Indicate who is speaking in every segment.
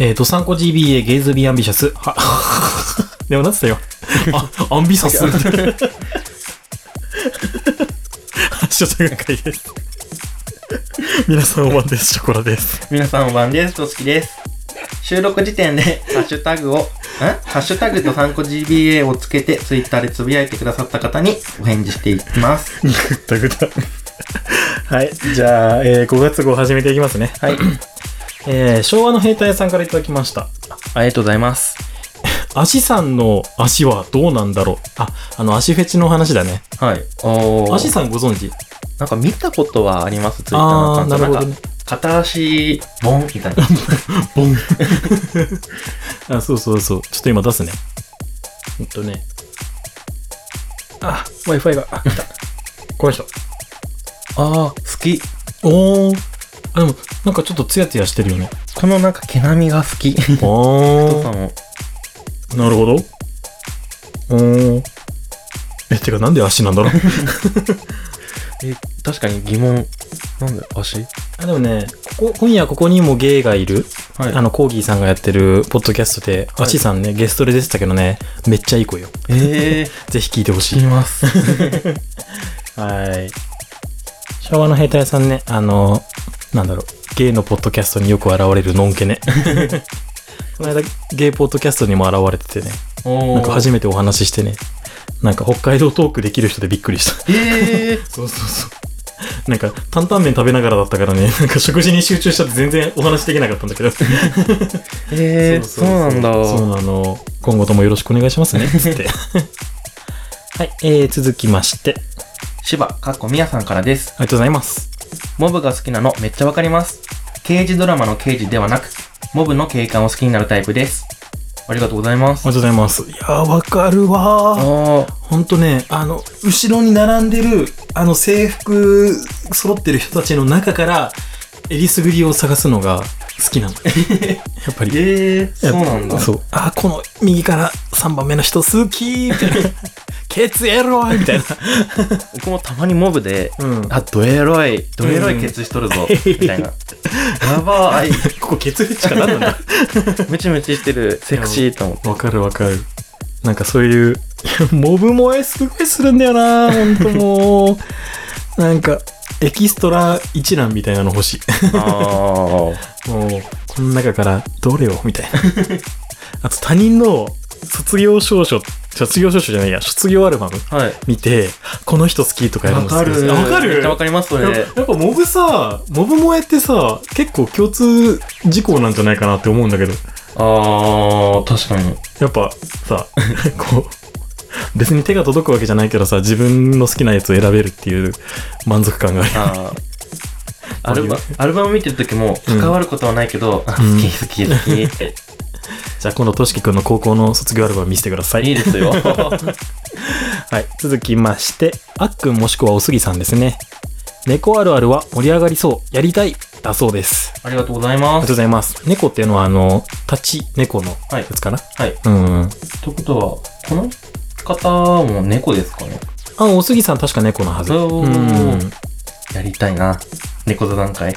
Speaker 1: えー、ドサンコ GBA ゲイズビーアンビシャス。は でもなってたよ。あ、アンビシャス。発射者会です。皆さんお待です。ショコラです。
Speaker 2: 皆さんお晩です。とつきです。収録時点でハッシュタグを、んハッシュタグと参考 GBA をつけてツイッターでつぶやいてくださった方にお返事していきます。
Speaker 1: ぐったぐた。はい。じゃあ、えー、5月号始めていきますね。
Speaker 2: はい。
Speaker 1: えー、昭和の兵隊さんからいただきました。
Speaker 2: ありがとうございます。
Speaker 1: 足さんの足はどうなんだろうあ、あの足フェチの話だね。
Speaker 2: はい。おー
Speaker 1: 足さんご存知
Speaker 2: なんか見たことはあります、ツイッターのアカ
Speaker 1: あー、
Speaker 2: ウン
Speaker 1: な
Speaker 2: ト
Speaker 1: るほ
Speaker 2: な
Speaker 1: ど
Speaker 2: ん
Speaker 1: ね
Speaker 2: か。片足、ボンみたいな。
Speaker 1: ボン。 あ、そうそうそう。ちょっと今出すね。ほんとね。あ、Wi-Fi が、あ、来た。この人。
Speaker 2: ああ、好き。
Speaker 1: おー。あ、でも、なんかちょっとツヤツヤしてるよ ね。
Speaker 2: このなんか毛並みが好 き。太
Speaker 1: お
Speaker 2: さも。
Speaker 1: ー。なるほど。おー。え、てかなんで足なんだろう
Speaker 2: え、確かに疑問。なんだよ、足
Speaker 1: あ、でもね、ここ、今夜ここにもゲイがいる、
Speaker 2: はい
Speaker 1: あの、コーギーさんがやってるポッドキャストで、
Speaker 2: はい
Speaker 1: 足さんね、ゲストで出てたけどね、めっちゃいい子よ。
Speaker 2: ええ ー、
Speaker 1: ぜひ聞いてほしい
Speaker 2: 聞き。ます。
Speaker 1: はい。昭和の兵隊さんね、あの、なんだろう、ゲイのポッドキャストによく現れるのんけ ね。この間、ゲイポッドキャストにも現れててね、
Speaker 2: お
Speaker 1: なんか初めてお話ししてね、なんか北海道トークできる人でびっくりした。
Speaker 2: ええー、
Speaker 1: そうそうそう。 なんか、担々麺食べながらだったからね、なんか食事に集中しちゃって全然お話できなかったんだけど。
Speaker 2: ええー、そうなんだ。
Speaker 1: そうなの。今後ともよろしくお願いします ね、つって。はい、えー、続きまして、
Speaker 2: 芝、かっこみやさんからです。
Speaker 1: ありがとうございます。
Speaker 2: モブが好きなのめっちゃわかります。刑事ドラマの刑事ではなく、モブの警官を好きになるタイプです。ありがとうございま
Speaker 1: あり
Speaker 2: す。
Speaker 1: がとうございます。いやー、わかるわー。
Speaker 2: あ
Speaker 1: ほんとね、あの、後ろに並んでる、あの、制服揃ってる人たちの中から、えりすぐりを探すのが好きなの。 やっぱり。
Speaker 2: ええー、そうなんだ。
Speaker 1: そう。あ、この右から3番目の人好きみたいな。 ケツエロいみたいな。
Speaker 2: 僕もたまにモブで、
Speaker 1: うん。
Speaker 2: あ、ドエロい、ドエロいケツしとる ぞ、みたいな。やばい、
Speaker 1: ここケツフェチかなんなんだ。
Speaker 2: ムチムチしてる、セクシーと思っ て。
Speaker 1: わかるわかる。なんかそういう、モブ萌えすごいするんだよなほんとも う。なんか、エキストラ一覧みたいなの欲しい。
Speaker 2: あ
Speaker 1: もう、この中からどれをみたいな。 あと他人の卒業証書、卒業証書じゃないや、卒業アルバム
Speaker 2: あ、はい。
Speaker 1: 見て、この人好きとかやる
Speaker 2: わ
Speaker 1: の
Speaker 2: か
Speaker 1: 好きです
Speaker 2: る。
Speaker 1: わか
Speaker 2: めっ
Speaker 1: る
Speaker 2: ちゃわかります、そ
Speaker 1: や
Speaker 2: れ。
Speaker 1: やっぱモブさ、モブ萌えってさ、結構共通事項なんじゃないかなって思うんだけど、
Speaker 2: ああ、確かに。
Speaker 1: やっぱさ、 こう、別に手が届くわけじゃないけどさ、自分の好きなやつを選べるっていう満足感がある。
Speaker 2: あ あ。アルバアルバム見てる時も関わることはないけど、あ好
Speaker 1: うん
Speaker 2: き好き 好きって
Speaker 1: じゃあ今度、としきくんの高校の卒業アルバム見せてください。
Speaker 2: いいです よ。
Speaker 1: はい、続きまして、あっくんもしくはおすぎさんですね。猫あるあるは盛り上がりそう、やりたい、だそうです。あ
Speaker 2: ありがとうござい
Speaker 1: り
Speaker 2: ま
Speaker 1: がとうご
Speaker 2: す。
Speaker 1: ざいます。猫っていうのは、あの、立ち猫の
Speaker 2: はい
Speaker 1: やつかな、
Speaker 2: はい。
Speaker 1: うんうん。
Speaker 2: ということは、この方も猫ですかね
Speaker 1: あ、おすぎさん確か猫のはず。
Speaker 2: お
Speaker 1: う
Speaker 2: ー
Speaker 1: ん。
Speaker 2: やりたいな。猫座談会。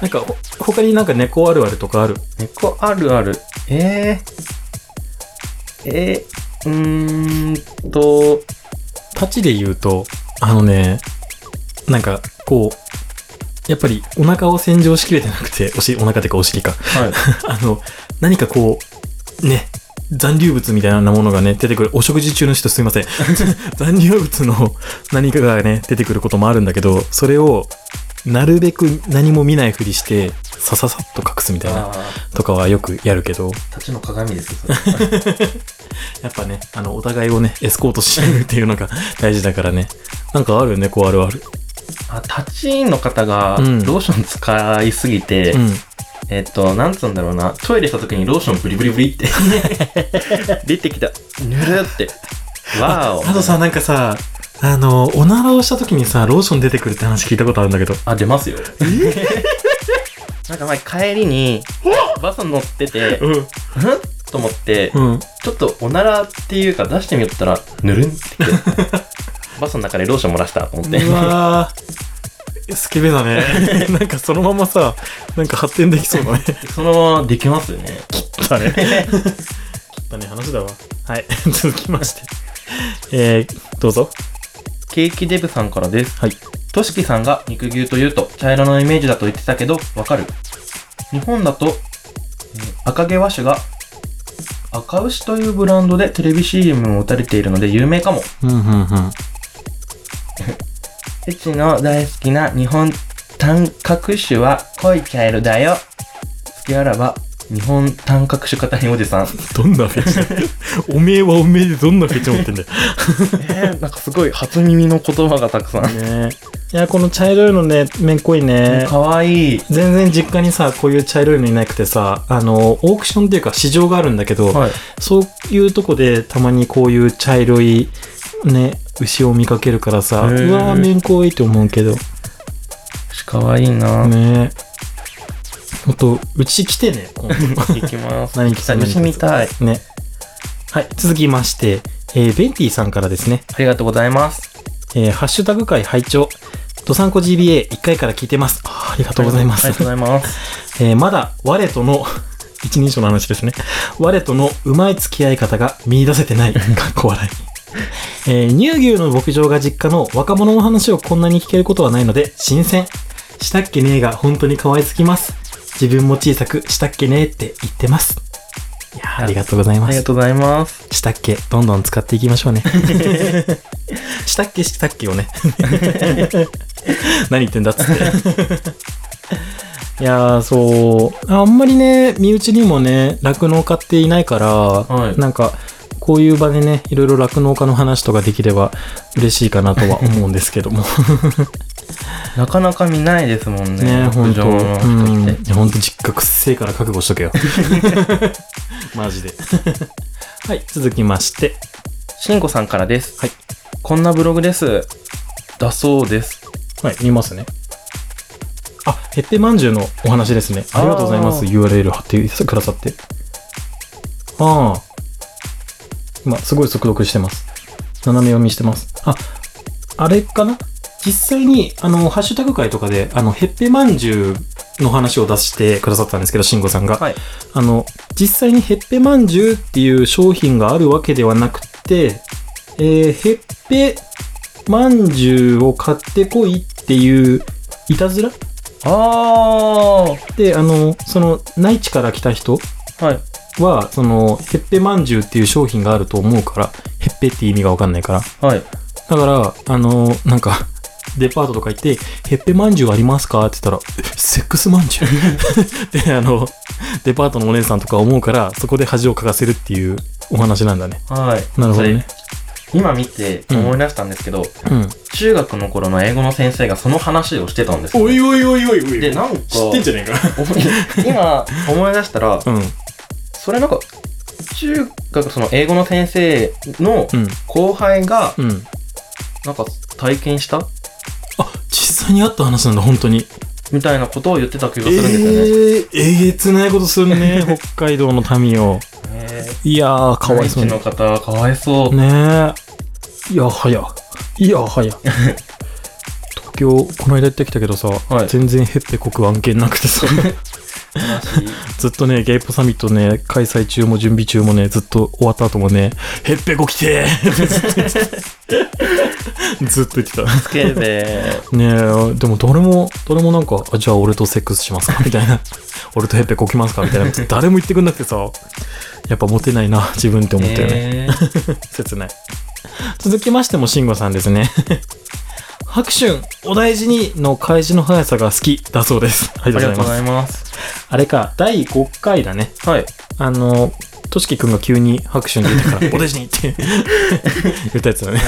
Speaker 1: なんか、ほ他になんか猫あるあるとかある。
Speaker 2: 猫あるある。えー、えー、うーんと、
Speaker 1: 立ちで言うと、あのね、なんか、こう、やっぱりお腹を洗浄しきれてなくて、おしお腹てかお尻か。
Speaker 2: はい。
Speaker 1: あの、何かこう、ね、残留物みたいなものがね、出てくる。お食事中の人すいません。 残留物の何かがね、出てくることもあるんだけど、それを、なるべく何も見ないふりして、さささっと隠すみたいな、
Speaker 2: ああ、
Speaker 1: とかはよくやるけど、
Speaker 2: 立ちの鏡です。それ
Speaker 1: やっぱね、あの、お互いをね、エスコートし合うっていうのが 大事だからね。なんかあるよね、こうあるある。
Speaker 2: あ、立ちの方が、ロ
Speaker 1: うん
Speaker 2: ーション使いすぎて、
Speaker 1: うん。
Speaker 2: えっと、なんつうんだろうな、トイレした時にローションブリブリブリ って、出てきた。ぬるって。わーお。
Speaker 1: あとさ、、なんかさ、あの、おならをした時にさ、ローション出てくるって話聞いたことあるんだけど。
Speaker 2: あ、出ますよ。 なんか前帰りに、バス乗ってて、ん
Speaker 1: うん。
Speaker 2: と思って、
Speaker 1: うん。
Speaker 2: ちょっとおならっていうか出してみよったら、ぬるんってきて、 バスの中でローション漏らしたと思って。
Speaker 1: うわースケベだね。 なんかそのままさ、なんか発展できそうだね。
Speaker 2: そのままできます よね。
Speaker 1: だね。だね、話だわ。はい、 続きまして。えー、どうぞ。
Speaker 2: ケーキデブさんからです。
Speaker 1: はい。
Speaker 2: としきさんが肉牛というと茶色のイメージだと言ってたけど、わかる。日本だと、えー赤毛和種が赤牛というブランドでテレビ CM を打たれているので有名かも。
Speaker 1: うん、うん、うん。
Speaker 2: うちの大好きな日本短角種は濃い茶色だよ。好きあらば、日本短角種型におじさん。
Speaker 1: どんなフェチだよおめえはおめえでどんなフェチ持ってんだよ。
Speaker 2: えー、なんかすごい初耳の言葉がたくさん。
Speaker 1: ねいや、この茶色いのね、めんこいね。
Speaker 2: かわいい。
Speaker 1: 全然実家にさ、こういう茶色いのいなくてさ、あの、オークションっていうか市場があるんだけど、
Speaker 2: はい。
Speaker 1: そういうとこでたまにこういう茶色いね、牛を見かけるからさ、
Speaker 2: へー
Speaker 1: うわー、めんこいと思うけど、
Speaker 2: かわいいな。
Speaker 1: ねもっと、うち来てね、今度
Speaker 2: いきます。
Speaker 1: 何来た
Speaker 2: 楽しみたい。
Speaker 1: ね。はい、続きまして、えーベンティさんからですね、
Speaker 2: ありがとうございます。
Speaker 1: えーハッシュタグ会拝聴ドサンコ GBA1 回から聞いてます。あーありがとうございます
Speaker 2: あり。がとうございます。
Speaker 1: えーまだ我との 一人称の話ですね我とのうまい付き合い方が見出せてないかっこ笑い、えー乳牛の牧場が実家の若者の話をこんなに聞けることはないので新鮮したっけねえが本当に可愛すぎます自分も小さくしたっけねえって言ってますいやーありがとうござい
Speaker 2: あ
Speaker 1: ま
Speaker 2: りが
Speaker 1: す
Speaker 2: とうございます。
Speaker 1: したっけどんどん使っていきましょう ねしたっけしたっけをね 何言ってんだっつって いやーそうあんまりね身内にもね酪農家っていないから、
Speaker 2: はい
Speaker 1: なんかこういう場でねいろいろ酪農家の話とかできれば嬉しいかなとは思うんですけども
Speaker 2: なかなか見ないですもんね。
Speaker 1: ね本当
Speaker 2: 牧場の人
Speaker 1: うん
Speaker 2: っ
Speaker 1: い
Speaker 2: て
Speaker 1: や本当実家くっせえから覚悟しと けよマジではい続きまして
Speaker 2: しんこさんからです。
Speaker 1: はい。
Speaker 2: こんなブログです。だそうです。
Speaker 1: はい見ますねあへっぺまんじゅうのお話ですねありがとうございます
Speaker 2: あ
Speaker 1: URL 貼ってくださってああ今すごい速読してます斜め読みしてますああれかな実際にあのハッシュタグ会とかであのへっぺまんじゅうの話を出してくださったんですけど慎吾さんが、
Speaker 2: はい。
Speaker 1: あの実際にへっぺまんじゅうっていう商品があるわけではなくて、えーへっぺまんじゅうを買ってこいっていういたずら
Speaker 2: あー。
Speaker 1: であのその内地から来た人
Speaker 2: はい。
Speaker 1: はそのへっぺまんじゅうっていう商品があると思うからへっぺって意味がわかんないから
Speaker 2: はい。
Speaker 1: だからあのなんかデパートとか行って「へっぺまんじゅうありますか?」って言ったらえ「セックスまんじゅう」 ってあのデパートのお姉さんとか思うからそこで恥をかかせるっていうお話なんだね
Speaker 2: はい。
Speaker 1: なるほどね
Speaker 2: それ。今見て思い出したんですけど、
Speaker 1: うん
Speaker 2: 中学の頃の英語の先生がその話をしてたんですよ。
Speaker 1: いおいおいおいおい
Speaker 2: で、なんか、
Speaker 1: ゃねえか
Speaker 2: 今思い出したら、
Speaker 1: うん
Speaker 2: それなんか、中学、その英語の先生の
Speaker 1: うん
Speaker 2: 後輩が、
Speaker 1: うん
Speaker 2: なんか体験した
Speaker 1: あ実際にあった話なんだ本当に
Speaker 2: みたいなことを言ってた気が
Speaker 1: え
Speaker 2: するんですよね。
Speaker 1: ー、えげつないことするね北海道の民を
Speaker 2: えー
Speaker 1: いやーかわいそう
Speaker 2: 内
Speaker 1: に
Speaker 2: 地の方、かわいそう。
Speaker 1: ねえいやはやいやはや東京この間行ってきたけどさ、
Speaker 2: はい
Speaker 1: 全然へってこく案件なくて さ
Speaker 2: 悲しい
Speaker 1: ずっとねゲイポサミットね開催中も準備中もねずっと終わった後もね「へっぺこ来てー!」って ずっと言ってたずっと言って
Speaker 2: つけで、
Speaker 1: たねえでも誰も誰もなんかあ「じゃあ俺とセックスし ますか」みたいな「俺とへっぺこきますか」みたいなこと誰も言ってくんなくてさやっぱモテないな自分って思ったよね、
Speaker 2: えー
Speaker 1: 切ない。続きましても、慎吾さんですね。 白春、お大事にの開示の速さが好きだそうです。あ
Speaker 2: あ
Speaker 1: り
Speaker 2: りが
Speaker 1: がと
Speaker 2: と
Speaker 1: うご
Speaker 2: うご
Speaker 1: ざいます。
Speaker 2: ざいます。
Speaker 1: あれか、第5回だね。
Speaker 2: はい。
Speaker 1: あの、としきくんが急に白春って言ったから、 お大事にって言ったやつだね。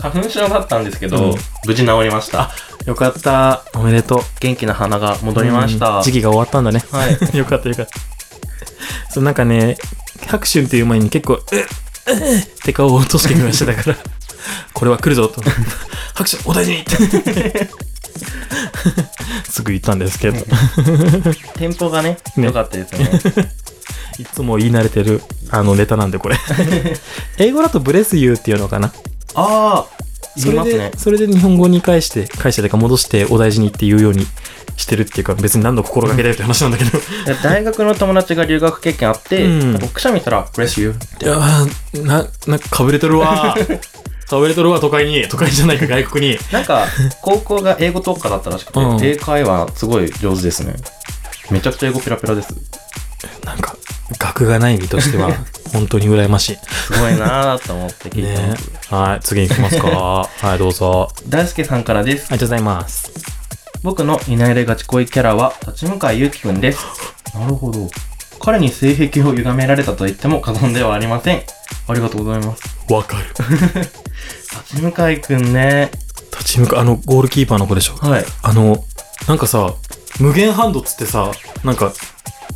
Speaker 2: 花粉症だったんですけ
Speaker 1: う
Speaker 2: ど
Speaker 1: ん、
Speaker 2: 無事治りました。
Speaker 1: よかった。おめでとう。
Speaker 2: 元気な花が戻りました。
Speaker 1: うん時期が終わったんだね。
Speaker 2: は い。
Speaker 1: よかったよかった。そうなんかね、拍手っていう前に結構、うっ、うっって顔をとしきくんがしてたから、 これは来るぞと。拍手、お大事にって。 すぐ言ったんですけど。
Speaker 2: 店舗がね、
Speaker 1: ね
Speaker 2: 良かったですね。
Speaker 1: いつも言い慣れてる、あの、ネタなんで、これ。 英語だとブレスユーっていうのかな。
Speaker 2: ああ、
Speaker 1: そ
Speaker 2: 言い
Speaker 1: れ
Speaker 2: ます
Speaker 1: で、
Speaker 2: ね。
Speaker 1: それで日本語に返して、返してというか戻してお大事にっていうようにしてるっていうか、別に何の心がけだよって話なんだけど。
Speaker 2: 大学の友達が留学経験あって、
Speaker 1: うん
Speaker 2: なんかくしゃみしたら、ブレスユー。
Speaker 1: いやーな、なんかかぶれてる わー。かぶれてるわ、都会に。都会じゃないか、外国に。
Speaker 2: なんか、高校が英語特化だったらしくて、
Speaker 1: うん
Speaker 2: 英会話すごい上手ですね。めちゃくちゃ英語ペラペラです。
Speaker 1: なんか、学がない身として は、本当に羨まし
Speaker 2: すごいなーと思って
Speaker 1: い。
Speaker 2: 聞いて
Speaker 1: ね
Speaker 2: ます。
Speaker 1: はい、次に行き ますか。はい、どうぞ。
Speaker 2: 大輔さんからで
Speaker 1: あ
Speaker 2: す。
Speaker 1: りがとうございます。
Speaker 2: 僕のいないれがち恋キャラは立ち向かいゆうきくんです。なるほど。彼に性癖を歪められたと言っても過言ではありません。ありがとうございます。
Speaker 1: わかる。
Speaker 2: 立ち向かいくんね。
Speaker 1: 立ち向か、あの、ゴールキーパーの子でしょ。
Speaker 2: はい。
Speaker 1: あの、なんかさ、無限ハンドっつってさ、なんか、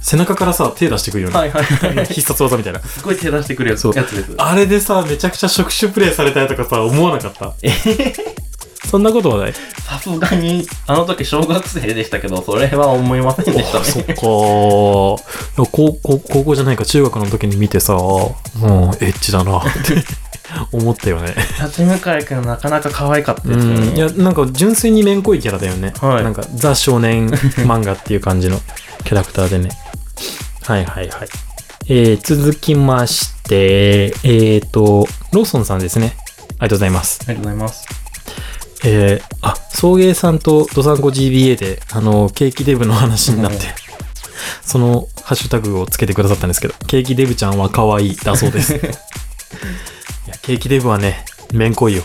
Speaker 1: 背中からさ、手出してくるよね。
Speaker 2: はいはいは
Speaker 1: 必殺技みたいな。
Speaker 2: すごい手出してくるやつ
Speaker 1: そう
Speaker 2: やつです。
Speaker 1: あれでさ、めちゃくちゃ触手プレイされたりとかさ、思わなかった。そんなことはない。
Speaker 2: さすがに、あの時小学生でしたけど、それは思いませんでし
Speaker 1: あそっ
Speaker 2: たね。
Speaker 1: か高校高校じゃないか中学の時に見てさうんエッチだなって思ったよね
Speaker 2: 立ち向かいくんなかなか可愛かったで
Speaker 1: う
Speaker 2: すよ
Speaker 1: んい
Speaker 2: ね。
Speaker 1: やなんか純粋にめんこいキャラだよね、
Speaker 2: はい
Speaker 1: なんかザ少年漫画っていう感じのキャラクターでねはいはいはいえー、続きましてえっ、ー、とローソンさんですねありがとうございます
Speaker 2: ありがとうございます。
Speaker 1: えー、あ、送迎さんとドサンコ GBA で、あの、ケーキデブの話になって
Speaker 2: うん、
Speaker 1: そのハッシュタグをつけてくださったんですけど、ケーキデブちゃんは可愛いだそうです。いや、ケーキデブはね、めんこいよ。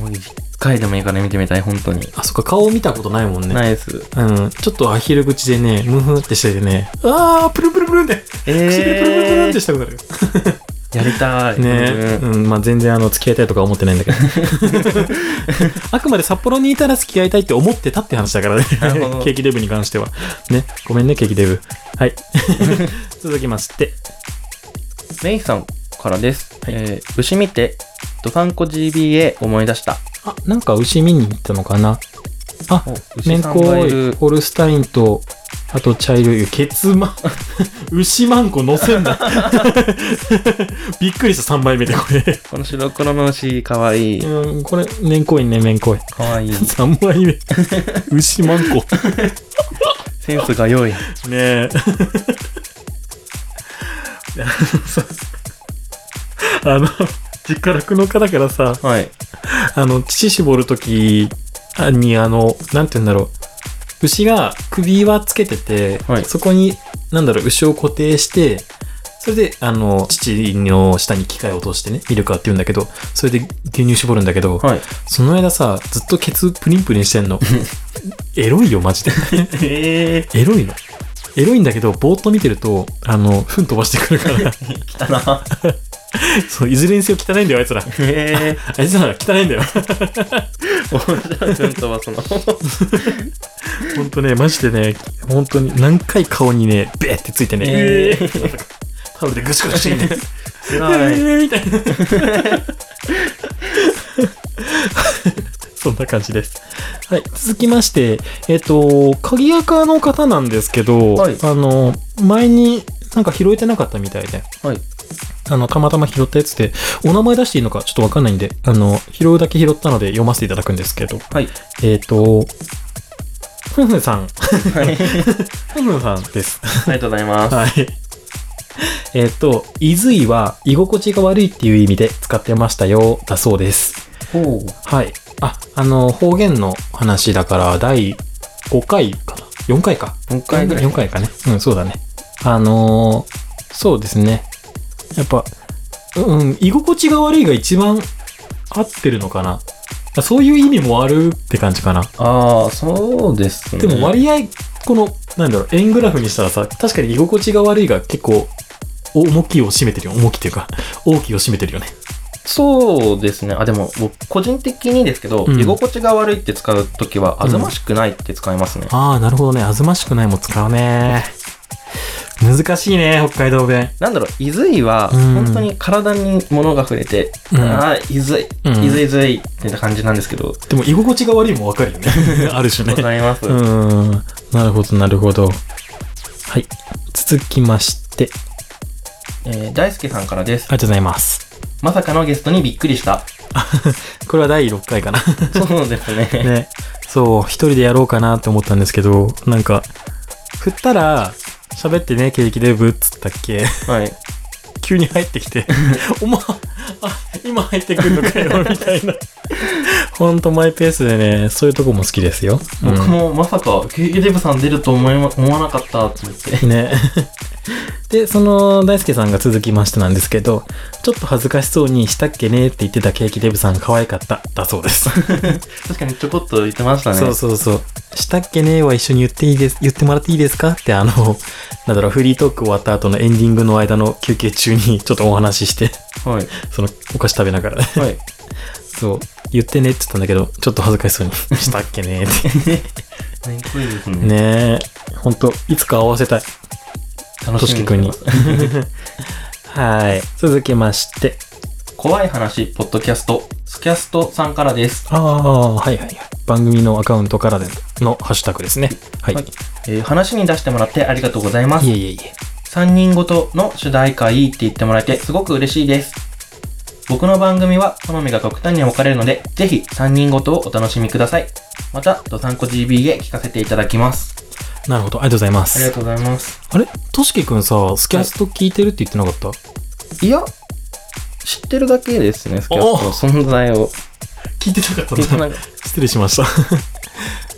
Speaker 2: もう一回でもいいから見てみたい、本当に。
Speaker 1: あ、そっか、顔見たことないもんね。
Speaker 2: ナイス。
Speaker 1: うん、ちょっとアヒル口でね、ムフンってしててね、あー、プルンプルンプルンって、唇プルンプルンプルンってしたくなる。
Speaker 2: やりたい。
Speaker 1: ね
Speaker 2: うん
Speaker 1: うん、まあ全然あの、付き合いたいとか思ってないん だけど。あくまで札幌にいたら付き合いたいって思ってたって話だからね
Speaker 2: なるほど。
Speaker 1: ケーキデブに関しては。ね。ごめんね、ケーキデブ。はい。 続きまして。
Speaker 2: メイさんからです。
Speaker 1: はい
Speaker 2: えー牛見て、ドサンコ GBA 思い出した。
Speaker 1: あ、なんか牛見に行ったのかなあ、メ
Speaker 2: 牛
Speaker 1: ン
Speaker 2: さ
Speaker 1: コ
Speaker 2: んがい
Speaker 1: ーイ
Speaker 2: る、
Speaker 1: ホルスタインと、あと茶色い、ケツマン、 牛マンコ乗せんな。 びっくりした3枚目でこれ。
Speaker 2: この白黒の牛、かわいい。
Speaker 1: うん、これ、メンコインね、メンコイン。
Speaker 2: かわいい。
Speaker 1: 3枚 目。牛マンコ。
Speaker 2: センスが良い。
Speaker 1: ねえ。 あの、実家楽の家だからさ、
Speaker 2: はい。
Speaker 1: あの、乳絞るときに、あの、なんて言うんだろう。牛が首輪つけてて、
Speaker 2: はい
Speaker 1: そこに、なんだろう、牛を固定して、それで、あの、乳の下に機械を通してね、ミルカーって言うんだけど、それで牛乳絞るんだけど、
Speaker 2: はい。
Speaker 1: その間さ、ずっとケツプリンプリンして んの。エロいよ、マジで。
Speaker 2: ええ
Speaker 1: エロいのエロいんだけど、ぼーっと見てると、あの、ふん飛ばしてくるから、
Speaker 2: ー、来たな。
Speaker 1: そう、いずれにせよ汚いんだよ、あいつら。
Speaker 2: え
Speaker 1: あ
Speaker 2: え
Speaker 1: いつら汚いんだよ。
Speaker 2: ー、面白い。とはその、
Speaker 1: ほんとね、マジでね、ほんとに何回顔にね、べーってついてね、
Speaker 2: えー
Speaker 1: えータオルでぐしぐししてね、
Speaker 2: 辛い。
Speaker 1: えーみたいな。 そんな感じです。はい、続きまして、えっ、と、鍵垢の方なんですけど、
Speaker 2: はい
Speaker 1: あの、前になんか拾えてなかったみたいで、
Speaker 2: はい。
Speaker 1: あの、たまたま拾ったやつで、お名前出していいのかちょっとわかんないんで、あの、拾うだけ拾ったので読ませていただくんですけど、
Speaker 2: はい。
Speaker 1: えっ、と、ふんふんさん、
Speaker 2: はい。あり
Speaker 1: ふんふんさんです。
Speaker 2: がとうございます。
Speaker 1: はい。えっ、と、いずいは居心地が悪いっていう意味で使ってましたよ、だそうです。
Speaker 2: ほう。
Speaker 1: はい。あ、あの、方言の話だから、第5回かな ?4 回か。
Speaker 2: もう一回ぐらい。
Speaker 1: 4回かね。うん、そうだね。あのーそうですね。やっぱ、うん、居心地が悪いが一番合ってるのかな。そういう意味もあるって感じかな。
Speaker 2: ああ、そうですね。
Speaker 1: でも割合、この、なんだろう、円グラフにしたらさ、確かに居心地が悪いが結構、お重きを占めてるよ。重きというか、 大きを占めてるよね。
Speaker 2: そうですね。あ、でも、僕、個人的にですけど、
Speaker 1: うん
Speaker 2: 居心地が悪いって使うときは、あずましくないって使いますね。
Speaker 1: ああ、なるほどね。あずましくないも使うね。難しいね、北海道弁。
Speaker 2: なんだろう、いずいは、
Speaker 1: うん
Speaker 2: 本当に体に物が触れて、
Speaker 1: うん
Speaker 2: ああ、いずい、
Speaker 1: うん
Speaker 2: いずいずいって感じなんです けど、
Speaker 1: でも居心地が悪いもわかるよね。 ある種ね
Speaker 2: わ。かります。
Speaker 1: うーん。なるほど、なるほど。はい。続きまして。
Speaker 2: えー、大輔さんからです。
Speaker 1: がとうございます。
Speaker 2: まさかのゲストにびっくり した。
Speaker 1: これは第6回かな。
Speaker 2: そうですね。
Speaker 1: ね、そう、一人でやろうかなって思ったんですけど、なんか、振ったら、喋ってね、ケーキデブっつったっけ
Speaker 2: はい。
Speaker 1: 急に入ってき て、おま、あ、今入ってくるのかよ、みたいな。ほんとマイペースでね、そういうとこも好きですよ。うん
Speaker 2: 僕もまさか、ケーキデブさん出ると思いま思わなかったって言って。
Speaker 1: ね。 で、その大輔さんが続きましてなんですけど、ちょっと恥ずかしそうにしたっけねって言ってたケーキデブさん可愛かった、だそうです。
Speaker 2: 確かにちょこっと言ってましたね。
Speaker 1: そうそうそう。したっけねは一緒に言っていいです、言ってもらっていいですかってあの、 なんだろう、フリートーク終わった後のエンディングの間の休憩中に ちょっとお話しして、
Speaker 2: はい。
Speaker 1: そのお菓子食べながら ね、
Speaker 2: はい。
Speaker 1: そう、言ってねって言ったんだけど、ちょっと恥ずかしそうに、 したっけねって。
Speaker 2: 何っぽいですね。
Speaker 1: ねえ、ほんと、いつか合わせたい。
Speaker 2: 楽
Speaker 1: と
Speaker 2: し
Speaker 1: し
Speaker 2: み
Speaker 1: き
Speaker 2: にして
Speaker 1: くん
Speaker 2: ま
Speaker 1: に
Speaker 2: す。。
Speaker 1: はい。続きまして。
Speaker 2: 怖い話、ポッドキャスト、スキャストさんからです。
Speaker 1: ああ、はいはいはい。番組のアカウントからでのハッシュタグですね。はい。
Speaker 2: はい
Speaker 1: い、
Speaker 2: えー話に出してもらってありがとうございます
Speaker 1: え。いえいえ。
Speaker 2: 3人ごとの主題歌いいって言ってもらえてすごく嬉しいです。僕の番組は好みが極端に分かれるので、ぜひ3人ごとをお楽しみください。また、ドサンコ GB へ聞かせていただきます。
Speaker 1: なるほど、ありがとうございま
Speaker 2: ありが
Speaker 1: す。
Speaker 2: とうございます。
Speaker 1: あれとしきくんさ、スキャスト聞いてるって言ってなかった、
Speaker 2: いや、知ってるだけですね、ス
Speaker 1: キャス
Speaker 2: トの存在 を。
Speaker 1: 聞いてなか
Speaker 2: 聞いて
Speaker 1: な
Speaker 2: なかっ
Speaker 1: 失礼しました。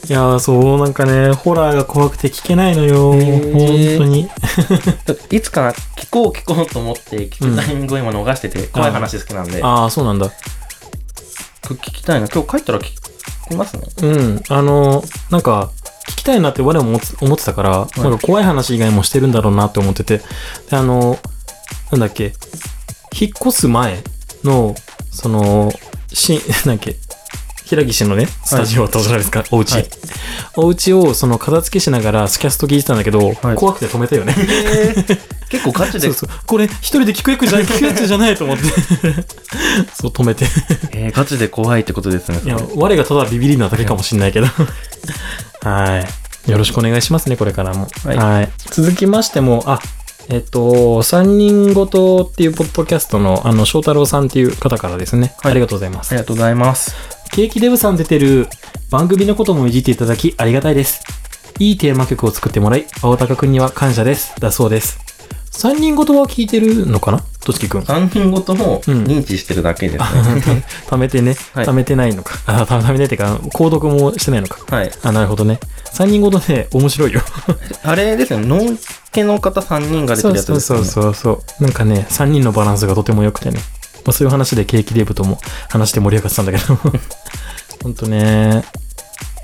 Speaker 1: いやー、そう、なんかね、ホラーが怖くて聞けないのよ。
Speaker 2: へー
Speaker 1: 本当に。
Speaker 2: ただいつかな、聞こう聞こうと思って、聞くタイミングを今逃してて、怖い話好きなんで、
Speaker 1: ああ、そうなんだ。
Speaker 2: 聞きたいな。今日帰ったら聞きますね。
Speaker 1: うん。あの、なんか、聞きたいなって我も思つ思ってたから、
Speaker 2: い
Speaker 1: なんか怖い話以外もしてるんだろうなって思ってて。で、あの、なんだっけ、引っ越す前の、その、し、なんだっ け、平岸のね、スタジオとじゃないですか、お家、
Speaker 2: はい
Speaker 1: お家を、その、片付けしながら、スキャスト聞いてたんだけど、
Speaker 2: はい
Speaker 1: 怖くて止めたよね。
Speaker 2: 結構ガチで
Speaker 1: そうそう。これ、一人で聞くやつじゃない、聞くやつじゃないと 思って。そう、止めて。
Speaker 2: えーガチで怖いってことですね。
Speaker 1: いや、我がただビビりなだけかもしんないけど。はい。よろしくお願いしますね、これからも。
Speaker 2: は
Speaker 1: はいい。続きましても、あ、えっと、三人ごとっていうポッドキャストの、あの、翔太郎さんっていう方からですね。
Speaker 2: はい
Speaker 1: ありがとうございま
Speaker 2: あ
Speaker 1: す。
Speaker 2: りがとうございます。
Speaker 1: ケーキデブさん出てる番組のこともいじっていただきありがたいです。いいテーマ曲を作ってもらい、青高くんには感謝です。だそうです。三人ごとは聞いてるのかなとしき くん。
Speaker 2: 3人ごとも
Speaker 1: うん
Speaker 2: 認知してるだけですね。
Speaker 1: 貯めてね。
Speaker 2: はい
Speaker 1: 貯めてないのか。あ、貯め貯めてないっていうか、購読もしてないのか。
Speaker 2: はい。
Speaker 1: あ、なるほどね。3人ごとね、面白いよ。
Speaker 2: あれですよね、ノンケの方3人が出て
Speaker 1: そ
Speaker 2: る
Speaker 1: う
Speaker 2: やつ
Speaker 1: そう
Speaker 2: ですよ
Speaker 1: そ
Speaker 2: ね。
Speaker 1: うそうそう。なんかね、3人のバランスがとても良くてね。まあ、そういう話でケーキデブとも話して盛り上がってたんだけ ど。ほんとね、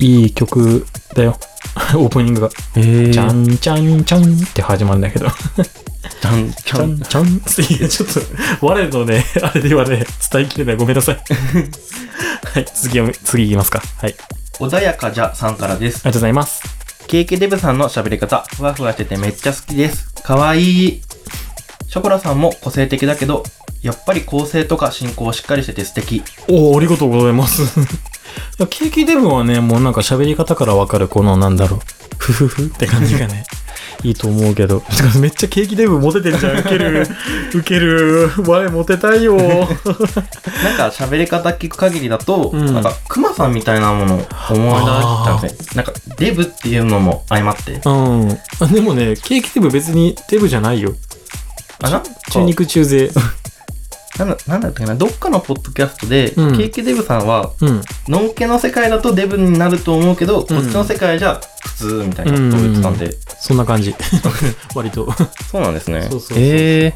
Speaker 1: いい曲だよ。 オープニングが、
Speaker 2: えー、
Speaker 1: ちゃんちゃんちゃんって始まるんだけど、ち
Speaker 2: ちゃん、ちゃ
Speaker 1: ゃ
Speaker 2: ん
Speaker 1: ん。ちゃんっていう、ちょっと、我のね、 あれではね、伝えきれない。ごめんな さい。はい、次読み、次いきますか。はい。あり
Speaker 2: 穏やかじゃさんからです。
Speaker 1: がとうございます。
Speaker 2: ケーキデブさんの喋り方、ふわふわしててめっちゃ好きです。かわいい。ショコラさんも個性的だけど、やっぱり構成とか進行しっかりしてて素敵。
Speaker 1: おお、ありがとうござい ます。いや、ケーキデブはね、もうなんか喋り方からわかる、このなんだろう、ふふふって感じが ね、いいと思うけど。 てかめっちゃケーキデブモテてんじゃん。ウケ る。ウケる。我モテたい よ。
Speaker 2: なんか喋り方聞く限りだと、
Speaker 1: うん
Speaker 2: なんかクマさんみたいなものを思い出したんですね。なんかデブっていうのも相まって。
Speaker 1: うん。あでもね、ケーキデブ別にデブじゃないよ。
Speaker 2: あ、なんか
Speaker 1: 中肉中背。
Speaker 2: なんだ、なんだったかな、どっかのポッドキャストで、
Speaker 1: うん
Speaker 2: ケーキデブさんは、
Speaker 1: うん。
Speaker 2: のんけの世界だとデブになると思うけど、こっちの世界じゃ普通みたいなことを言ってたんで、
Speaker 1: そんな 感じ。割と。
Speaker 2: そうなんですね。
Speaker 1: そうそうそう
Speaker 2: え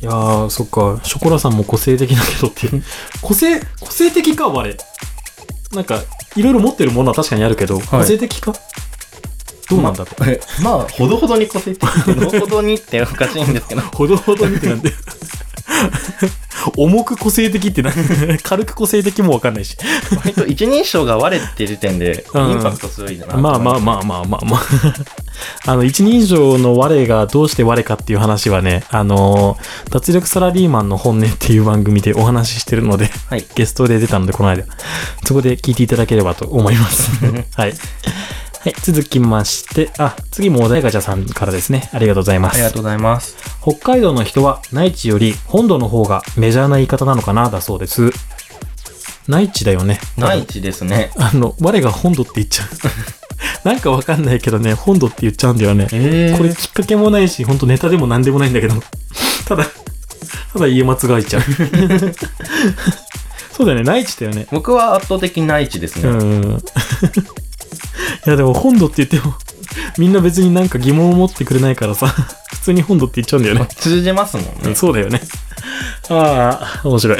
Speaker 2: え
Speaker 1: いやー、そっか。ショコラさんも個性的だけどって。 個性、個性的か、我。なんか、いろいろ持ってるものは確かにあるけど、個性的かどうなんだろう。
Speaker 2: まあ、ほどほどに個性的。ほどほどにっておかしい んですけど。
Speaker 1: ほどほどにってなんで。重く個性的ってなん 軽く個性的もわかんないし。
Speaker 2: 割と一人称が割れてる時点で、
Speaker 1: うん
Speaker 2: インパクト強いなと思い
Speaker 1: まあまあまあまあまあまあ。あ の、一人称の我がどうして我かっていう話はね、あのー脱力サラリーマンの本音っていう番組でお話ししてるので、
Speaker 2: はい。
Speaker 1: ゲストで出たので、この間。そこで聞いていただければと思います。はい。はい、続きまして、あ、次もおだやかちゃさんからですね。ありがとうございま
Speaker 2: ありが
Speaker 1: す。
Speaker 2: とうございます。
Speaker 1: 北海道の人は内地より本土の方がメジャーな言い方なのかな、だそうです。内地だよね。
Speaker 2: 内地ですね。
Speaker 1: あの、我が本土って言っちゃう。 なんかわかんないけどね、本土って言っちゃうんだよね。
Speaker 2: え
Speaker 1: これきっかけもないし、ほんとネタでも何でもないんだけど。ただ、ただ家松が 開いちゃう。そうだよね、内地だよね。
Speaker 2: 僕は圧倒的に内地です
Speaker 1: う
Speaker 2: ね。
Speaker 1: ん。いやでも本土って言っても、みんな別になんか疑問を持ってくれないからさ、 普通に本土って言っちゃうんだよね。
Speaker 2: 通じますもんね。
Speaker 1: そうだよね。ああ、面白い。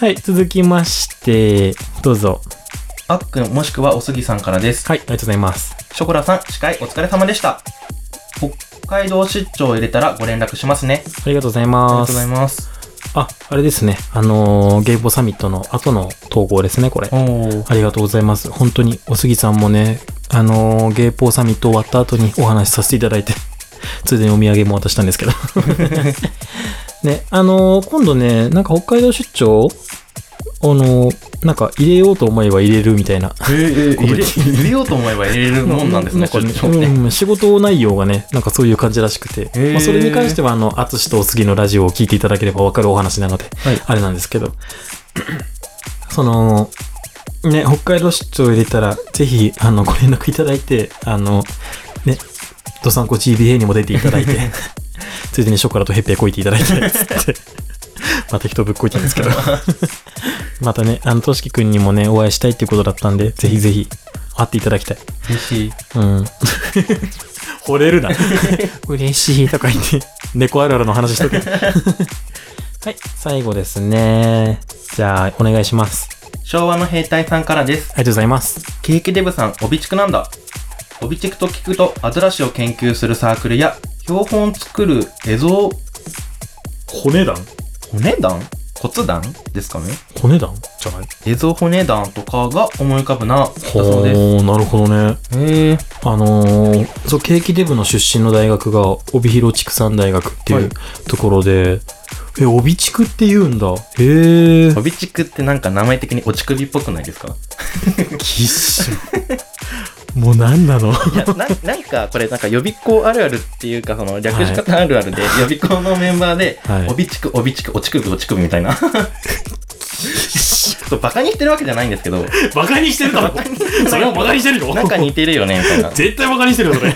Speaker 1: はい、続きまして、どうぞ。
Speaker 2: あっくんもしくはおすぎさんからです。
Speaker 1: はい、ありがとうございます。
Speaker 2: ショコラさん、司会お疲れ様でした。北海道出張を入れたらご連絡しますね。
Speaker 1: ありがとうござい
Speaker 2: ありが
Speaker 1: ま
Speaker 2: とうござい
Speaker 1: す。
Speaker 2: ます。
Speaker 1: あ、あれですね。あのーゲイボサミットの後の投稿ですね、これ。
Speaker 2: おー
Speaker 1: ありがとうございます。本当に、おすぎさんもね、あのーゲイポーサミット終わった後にお話しさせていただいて、 ついでにお土産も渡したんですけど。 ね、あのー今度ね、なんか北海道出張あのーなんか入れようと思えば入れるみたいな。
Speaker 2: えーえー
Speaker 1: これ
Speaker 2: 入れ入れようと思えば入れるもんなんですね、こっちもね。
Speaker 1: うんうん仕事内容がね、なんかそういう感じらしくて、
Speaker 2: へー
Speaker 1: まあ、それに関しては、あの、淳とお杉のラジオを聞いていただければわかるお話なので、
Speaker 2: はい
Speaker 1: あれなんですけど、 その、ね、北海道出張を入れたら、ぜひ、あの、ご連絡いただいて、あの、ね、ドサンコ GBA にも出ていた だいて、ついでにショコラとヘッペーこいていただいて、つって、 また人ぶっこいたんですけ ど、またね、あの、としきくんにもね、お会いしたいっていうことだったんで、ぜひぜひ、会っていただきたい。
Speaker 2: 嬉しい。
Speaker 1: うん。惚れるな。 嬉しいとか言って、猫あるあるの話し とけ。はい、最後ですね。じゃあ、お願いします。
Speaker 2: 昭和の兵隊さんからです。
Speaker 1: ありがとうございます。
Speaker 2: ケーキデブさん、オビチクなんだ。オビチクと聞くと、アザラシを研究するサークルや、標本作る絵像、
Speaker 1: 骨団
Speaker 2: 骨団骨団ですかね
Speaker 1: 骨団じゃない
Speaker 2: 映像骨団とかが思い浮かぶな、だそう
Speaker 1: ほ
Speaker 2: です。
Speaker 1: ー、なるほどね。
Speaker 2: へえ。
Speaker 1: あのー、そう、ケーキデブの出身の大学が、帯広畜産大学ってい
Speaker 2: は
Speaker 1: う
Speaker 2: い
Speaker 1: ところで、え、帯畜って言うんだ。へえ。
Speaker 2: 飛び地区ってなんか名前的に落ち首っぽくないですか
Speaker 1: きっし ょ。もう何なの
Speaker 2: いやな、なんかこれなんか予備校あるあるっていうかその略し方あるあるで、予備校のメンバーで、
Speaker 1: はい
Speaker 2: おびちく、おびちく、落ち首、落ち首み たいな。そう、バカにしてるわけじゃないんですけど、
Speaker 1: バカにしてるだ ろそれはバカにしてるよ
Speaker 2: なんか似てるよね、みたいな。
Speaker 1: 絶対バカにしてるよそれ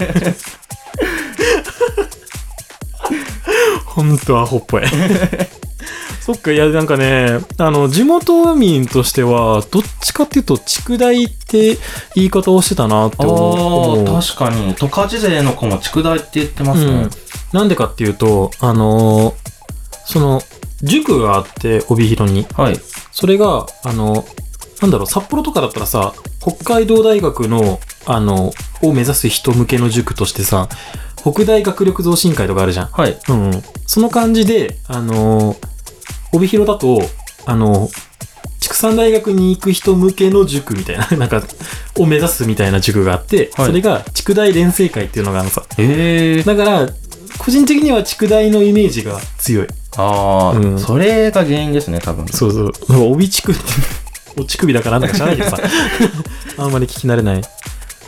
Speaker 1: 本当アホっぽいそっかいやなんかねあの地元民としてはどっちかっていうと畜大って言い方をしてたなって
Speaker 2: あ
Speaker 1: 思う思う
Speaker 2: あ、確かに。十勝勢の子も畜大って言ってます
Speaker 1: う
Speaker 2: ね
Speaker 1: ん。、なんでかっていうとあのーその塾があって帯広に
Speaker 2: はい。
Speaker 1: それが、あの、なんだろう、札幌とかだったらさ、北海道大学の、あの、を目指す人向けの塾としてさ、北大学力増進会とかあるじゃん。
Speaker 2: はい。
Speaker 1: うん、うん。その感じで、あの、帯広だと、あの、畜産大学に行く人向けの塾みたいな、 なんか、を目指すみたいな塾があって、
Speaker 2: はい
Speaker 1: それが、畜大連成会っていうのがあるのさ。
Speaker 2: へえ。
Speaker 1: だから、個人的には畜大のイメージが強い。
Speaker 2: ああ、
Speaker 1: うん
Speaker 2: それが原因ですね、多分。
Speaker 1: そうそう。なんか帯乳首って、お乳首だからなんか知らないけど さ。あんまり聞き慣れない。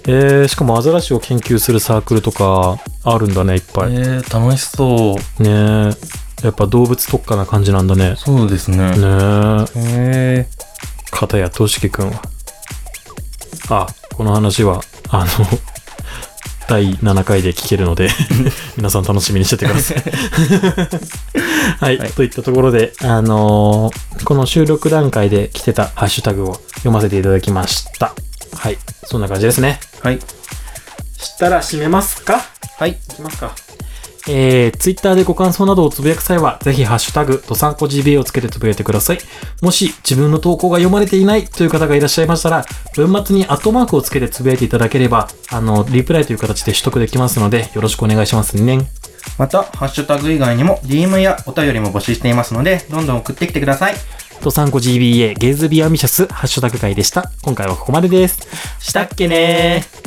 Speaker 1: えー、しかもアザラシを研究するサークルとかあるんだね、いっぱい。ね
Speaker 2: えー、楽しそう。
Speaker 1: えやっぱ動物特化な感じなんだね。
Speaker 2: そうですね。
Speaker 1: ねえ
Speaker 2: へえ。
Speaker 1: 片やとしきくんは。あ、この話は、あの、 第7回で聞ける ので、皆さん楽しみにしててください。 はい、
Speaker 2: はい
Speaker 1: といったところで、あのーこの収録段階で来てたハッシュタグを読ませていただきました。はい、そんな感じですね。
Speaker 2: はい。
Speaker 1: したら閉めますか
Speaker 2: はい。
Speaker 1: いきますか。えー、ツイッターでご感想などをつぶやく際は、ぜひハッシュタグ、とさんこ GBA をつけてつぶやいてください。もし、自分の投稿が読まれていないという方がいらっしゃいましたら、文末にアットマークをつけてつぶやいていただければ、あの、リプライという形で取得できますので、よろしくお願いしますね。
Speaker 2: また、ハッシュタグ以外にも DM やお便りも募集していますので、どんどん送ってきてください。
Speaker 1: とさんこ GBA、ゲイズビーアンビシャス、ハッシュタグ会でした。今回はここまでです。したっけねー。